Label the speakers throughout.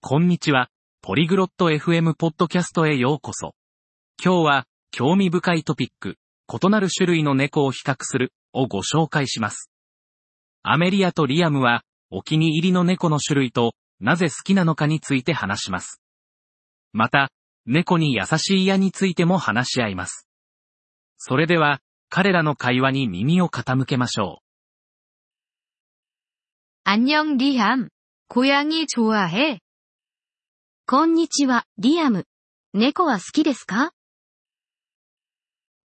Speaker 1: こんにちは。ポリグロット FM ポッドキャストへようこそ。今日は、興味深いトピック、異なる種類の猫を比較する、をご紹介します。アメリアとリアムは、お気に入りの猫の種類と、なぜ好きなのかについて話します。また、猫に優しい矢についても話し合います。それでは、彼らの会話に耳を傾けましょ
Speaker 2: 안녕 리함. 고양이 좋아해? こんにちは、リアム。猫は好きですか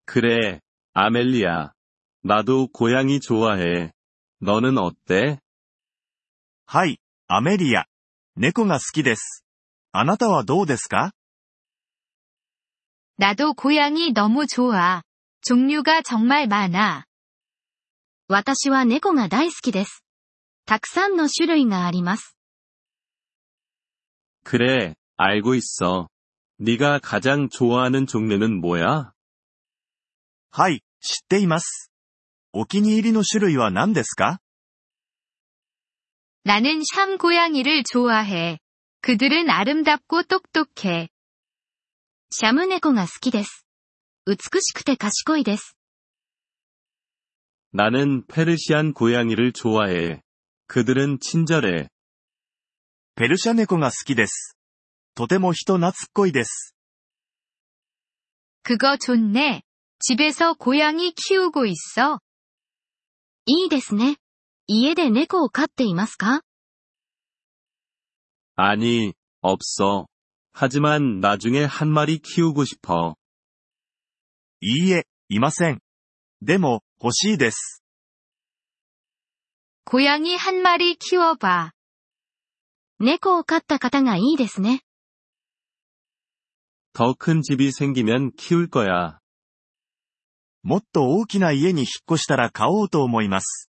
Speaker 3: 그래, 아멜리야. 나도 고양이 좋아해. 너는 어때?
Speaker 4: はい、アメリア。猫が好きです。あなたはどうですか
Speaker 2: 나도 고양이 너무 좋아. 종류가 정말 많아. 私は猫が大好きです。たくさんの種類があります。
Speaker 3: 그래, 알고 있어. 네가 가장 좋아하는 종류는 뭐야?
Speaker 4: はい、知っています。お気に入りの種類は何ですか
Speaker 2: 나는 샴 고양이를 좋아해. 그들은 아름답고 똑똑해. 샴은猫が好きです。美しくて賢いです。
Speaker 3: 나는 페르시안 고양이를 좋아해. 그들은 친절해.
Speaker 4: ペルシャ猫が好きです。とても人懐っこいです。
Speaker 2: 그거 좋네. 집에서 고양이 키우고 있어. いいですね。家で猫を飼っていますか
Speaker 3: 아니, 없어. 하지만 나중에 한 마리 키우고 싶어.
Speaker 4: いいえ、いません。でも、欲しいです。
Speaker 2: 고양이 한 마리 키워봐. 猫を飼った方がいいですね。
Speaker 3: 더 큰 집이 생기면 키울 거야.
Speaker 4: もっと大きな家に引っ越したら買おうと思います。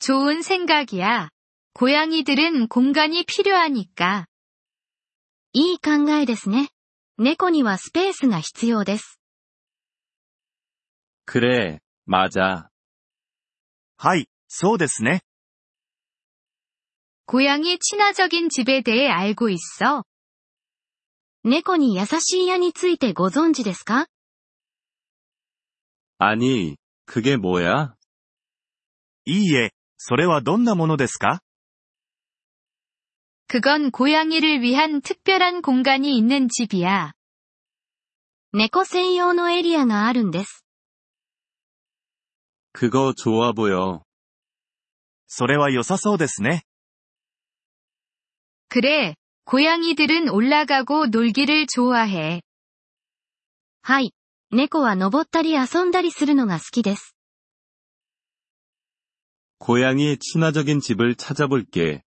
Speaker 2: 좋은 생각이야. 고양이들은 공간이 필요하니까. いい考えですね。猫にはスペースが必要です。
Speaker 3: 그래, 맞아.
Speaker 4: はい、そうですね。
Speaker 2: 고양이 친화적인 집에 대해 알고 있어? 猫に優しい家についてご存知ですか
Speaker 3: 아니, 그게 뭐야?
Speaker 4: いいえ、それはどんなものですか
Speaker 2: 그건 고양이를 위한 특별한 공간이 있는 집이야. 猫専用のエリアがあるんです。
Speaker 3: 그거 좋아 보여.
Speaker 4: それは良さそうですね。
Speaker 2: 그래, 고양이들은 올라가고 놀기를 좋아해. はい、猫は登ったり遊んだりするのが好きです。
Speaker 3: 고양이 친화적인 집을 찾아볼게.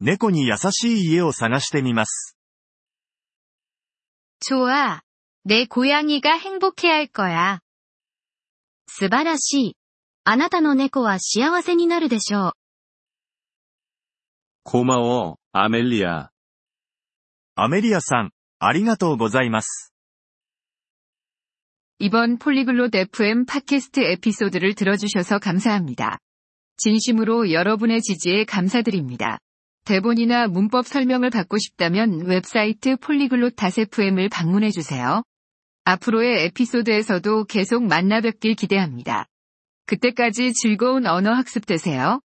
Speaker 4: 猫に優しい家を探してみます。
Speaker 2: 좋아. 내 고양이가 행복해할 거야. 素晴らしい。あなたの猫は幸せになるでしょう。
Speaker 3: 고마워, 아멜리아.
Speaker 4: アメリアさん、ありがとうございます。
Speaker 5: 이번 폴리글롯 FM 팟캐스트 에피소드를 들어주셔서 감사합니다. 진심으로 여러분의 지지에 감사드립니다. 대본이나 문법 설명을 받고 싶다면 웹사이트 폴리글롯 FM을 방문해주세요. 앞으로의 에피소드에서도 계속 만나뵙길 기대합니다. 그때까지 즐거운 언어 학습 되세요.